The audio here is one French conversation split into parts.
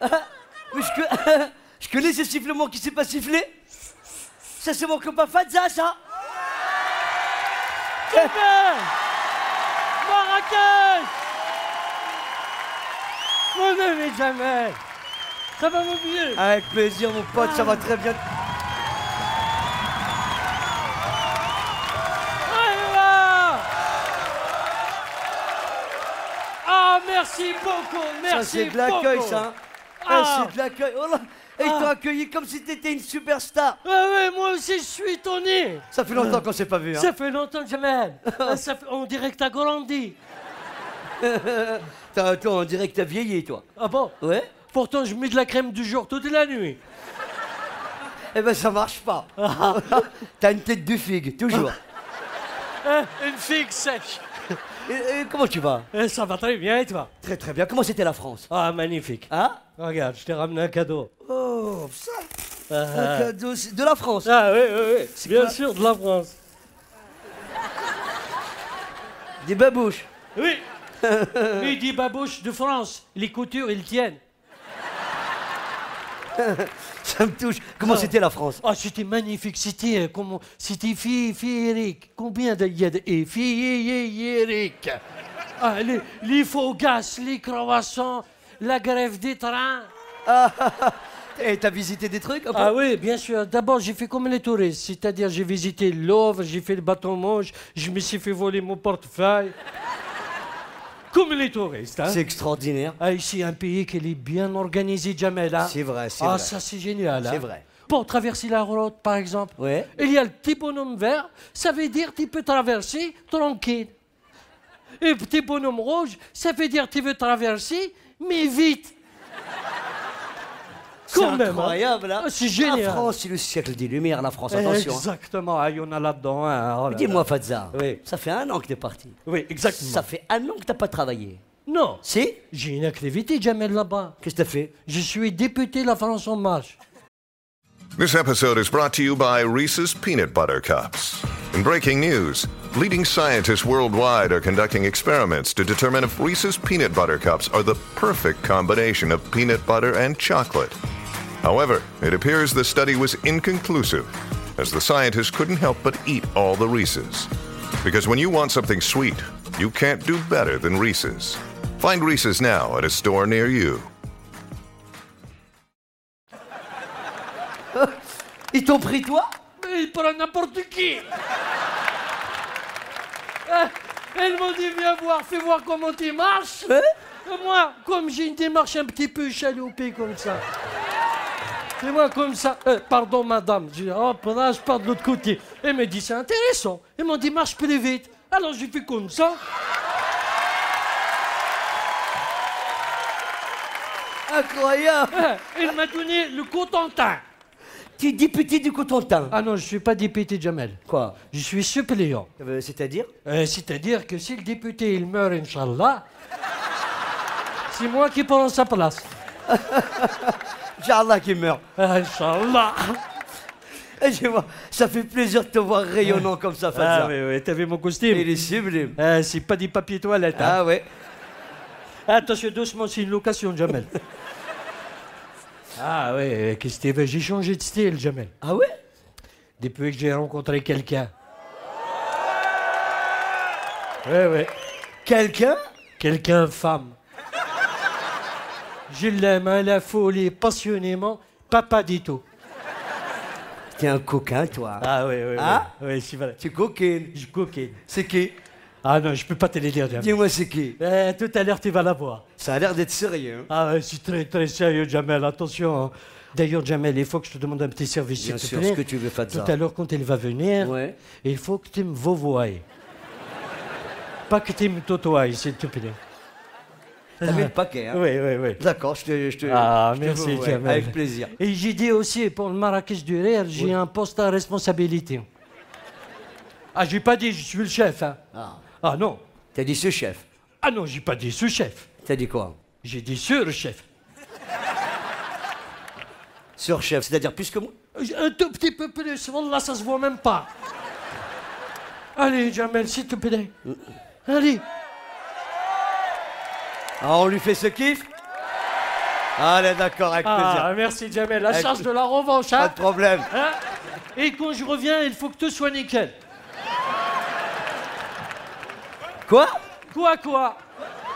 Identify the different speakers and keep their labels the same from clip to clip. Speaker 1: Mais je, co- je connais ce sifflement qui s'est pas sifflé. Ça, c'est mon copain Fadza, ça.
Speaker 2: Super Marrakech
Speaker 1: Vous n'aimez jamais.
Speaker 2: Ça va, mon vieux
Speaker 1: Avec plaisir, mon pote, ça va très bien.
Speaker 2: Allez, là Ah, merci beaucoup,
Speaker 1: Ça,
Speaker 2: merci
Speaker 1: c'est de l'accueil,
Speaker 2: beaucoup.
Speaker 1: ça. hein.
Speaker 2: Ah.
Speaker 1: Eh, c'est de l'accueil. Oh là, et ils
Speaker 2: Ah.
Speaker 1: t'ont accueilli comme si t'étais une superstar.
Speaker 2: Ouais, ouais, moi aussi, je suis Tony
Speaker 1: Ça fait longtemps qu'on s'est pas vu. Hein.
Speaker 2: Ça fait longtemps que je m'aime Ah, ça fait- On dirait que t'as grandi
Speaker 1: T'as- toi, on dirait que t'as vieilli, toi.
Speaker 2: Ah bon
Speaker 1: Ouais
Speaker 2: Pourtant, je mets de la crème du jour toute la nuit
Speaker 1: Eh ben, ça marche pas.
Speaker 2: Ah.
Speaker 1: t'as une tête de figue, toujours.
Speaker 2: Hein, Une figue sèche
Speaker 1: Et- et comment tu vas
Speaker 2: Eh, Ça va très bien, et toi
Speaker 1: Très, très bien. Comment c'était la France
Speaker 2: Ah, magnifique
Speaker 1: Hein
Speaker 2: Regarde, je t'ai ramené un cadeau
Speaker 1: Oh, ça Un cadeau, c'est de la France.
Speaker 2: Ah, oui, oui, oui
Speaker 1: C'est
Speaker 2: Bien
Speaker 1: quoi
Speaker 2: sûr, de la France
Speaker 1: Ah. Des babouches.
Speaker 2: Oui Mais il dit babouche de France, les coutures, ils tiennent.
Speaker 1: Ça me touche. Comment c'était la France
Speaker 2: Ah, c'était magnifique, c'était euh, comment C'était fi- féerique. Combien de- il y a de eh, et féerique Ah, les, les faux gaz, les croissants, la grève des trains.
Speaker 1: Et Eh, t'as visité des trucs un peu
Speaker 2: Ah oui, bien sûr. D'abord, j'ai fait comme les touristes, c'est-à-dire j'ai visité Louvre, j'ai fait le bateau mange, je me suis fait voler mon portefeuille. Comme les touristes, hein.
Speaker 1: C'est extraordinaire.
Speaker 2: Ah, ici, un pays qui est bien organisé, Jamel. hein.
Speaker 1: C'est vrai, c'est
Speaker 2: ah,
Speaker 1: vrai.
Speaker 2: ça, c'est génial.
Speaker 1: C'est
Speaker 2: hein.
Speaker 1: vrai.
Speaker 2: Pour traverser la route, par exemple,
Speaker 1: Ouais.
Speaker 2: il y a le petit bonhomme vert, ça veut dire tu peux traverser tranquille. Et le petit bonhomme rouge, ça veut dire tu veux traverser, mais vite.
Speaker 1: C'est
Speaker 2: Quand même, hein.
Speaker 1: incroyable. hein.
Speaker 2: Ah, c'est génial.
Speaker 1: La France, c'est le siècle des Lumières, la France. Attention. hein.
Speaker 2: Exactement, ah, il y en a là-dedans. hein, oh
Speaker 1: Eh,
Speaker 2: là
Speaker 1: Dis-moi,
Speaker 2: là.
Speaker 1: Fadza,
Speaker 2: Oui.
Speaker 1: ça fait un an que t'es parti.
Speaker 2: Oui, exactement.
Speaker 1: Ça fait un an que t'as pas travaillé.
Speaker 2: Non,
Speaker 1: Si
Speaker 2: j'ai une activité, Jamel, là-bas.
Speaker 1: Qu'est-ce que t'as fait
Speaker 2: Je suis député La France En Marche.
Speaker 3: This episode is brought to you by Reese's Peanut Butter Cups. In breaking news, leading scientists worldwide are conducting experiments to determine if Reese's Peanut Butter Cups are the perfect combination of peanut butter and chocolate. However, it appears the study was inconclusive, as the scientists couldn't help but eat all the Reese's. Because when you want something sweet, you can't do better than Reese's. Find Reese's now at a store near you.
Speaker 1: Ils t'ont pris toi
Speaker 2: Mais il prend n'importe qui. Euh, Elles m'ont dit viens voir, fais voir comment tu marches.
Speaker 1: Hein
Speaker 2: Et moi, comme j'ai une démarche un petit peu chaloupée comme ça. C'est moi comme ça. Euh, pardon madame, je dis hop là, je pars de l'autre côté. Elle me dit c'est intéressant. Elle m'a dit marche plus vite. Alors j'ai fait comme ça.
Speaker 1: Incroyable
Speaker 2: Euh, Elle m'a donné le cotentin.
Speaker 1: Tu es député du Cotentin.
Speaker 2: Ah non, je suis pas député Jamel.
Speaker 1: Quoi
Speaker 2: Je suis suppléant.
Speaker 1: Euh, C'est-à-dire
Speaker 2: Euh, C'est-à-dire que si le député il meurt, Inch'Allah, c'est moi qui prends sa place. Euh,
Speaker 1: J'ai Allah qui meurt.
Speaker 2: Inch'Allah Ah,
Speaker 1: Eh, je vois, ça fait plaisir de te voir rayonnant comme ça, Fadza.
Speaker 2: Ah oui, oui, t'as vu mon
Speaker 1: Il
Speaker 2: costume
Speaker 1: est sublime.
Speaker 2: Euh, C'est pas des papiers toilettes. hein.
Speaker 1: Ah ouais.
Speaker 2: Attention, doucement, c'est une location, Jamel. ah oui, euh, qu'est-ce que t'es fait J'ai changé de style, Jamel.
Speaker 1: Ah ouais
Speaker 2: Depuis que j'ai rencontré quelqu'un. Oui, oui.
Speaker 1: Quelqu'un
Speaker 2: Quelqu'un femme. Je l'aime, elle a folie passionnément, papa Dito.
Speaker 1: T'es un coquin, toi.
Speaker 2: Ah oui, oui,
Speaker 1: Ah
Speaker 2: oui. Oui, c'est vrai.
Speaker 1: Tu coquines.
Speaker 2: Je coquine.
Speaker 1: C'est qui
Speaker 2: Ah non, je peux pas te le dire, Jamel.
Speaker 1: Dis-moi, c'est qui
Speaker 2: Eh, tout à l'heure, tu vas la voir.
Speaker 1: Ça a l'air d'être sérieux. hein.
Speaker 2: Ah ouais, c'est très, très sérieux, Jamel, attention. hein. D'ailleurs, Jamel, il faut que je te demande un petit service,
Speaker 1: Bien
Speaker 2: s'il te
Speaker 1: sûr,
Speaker 2: plaît.
Speaker 1: ce que tu veux, Fadza.
Speaker 2: Tout à l'heure, quand elle va venir,
Speaker 1: Ouais.
Speaker 2: il faut que tu me vovoies. pas que tu me tutoies, s'il te plaît.
Speaker 1: T'as mis le paquet, hein
Speaker 2: Oui, oui, oui.
Speaker 1: D'accord, je te. je te-
Speaker 2: Ah,
Speaker 1: je te
Speaker 2: merci,
Speaker 1: vois, ouais,
Speaker 2: Jamel.
Speaker 1: Avec plaisir.
Speaker 2: Et j'ai dit aussi, pour le Marrakech du Rire, j'ai un poste à responsabilité. Ah, j'ai pas dit, je suis le chef. hein.
Speaker 1: Ah.
Speaker 2: Ah non.
Speaker 1: T'as dit ce chef.
Speaker 2: Ah non, j'ai pas dit sous-chef.
Speaker 1: T'as dit quoi
Speaker 2: J'ai dit sur-chef.
Speaker 1: Sur chef, c'est-à-dire plus que moi
Speaker 2: Euh, Un tout petit peu plus, Wallah, ça se voit même pas. Allez, Jamel, s'il te plaît. Allez.
Speaker 1: Ah, on lui fait ce kiff Allez, d'accord, avec plaisir.
Speaker 2: Ah, merci, Jamel. La
Speaker 1: Avec-
Speaker 2: charge de la revanche,
Speaker 1: Pas
Speaker 2: hein,
Speaker 1: de problème.
Speaker 2: Hein Et quand je reviens, il faut que tout soit nickel.
Speaker 1: Quoi
Speaker 2: Quoi, quoi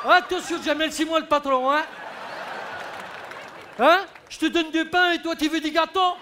Speaker 2: Attention, Jamel, c'est moi le patron, hein Hein Je te donne du pain et toi, tu veux des gâteaux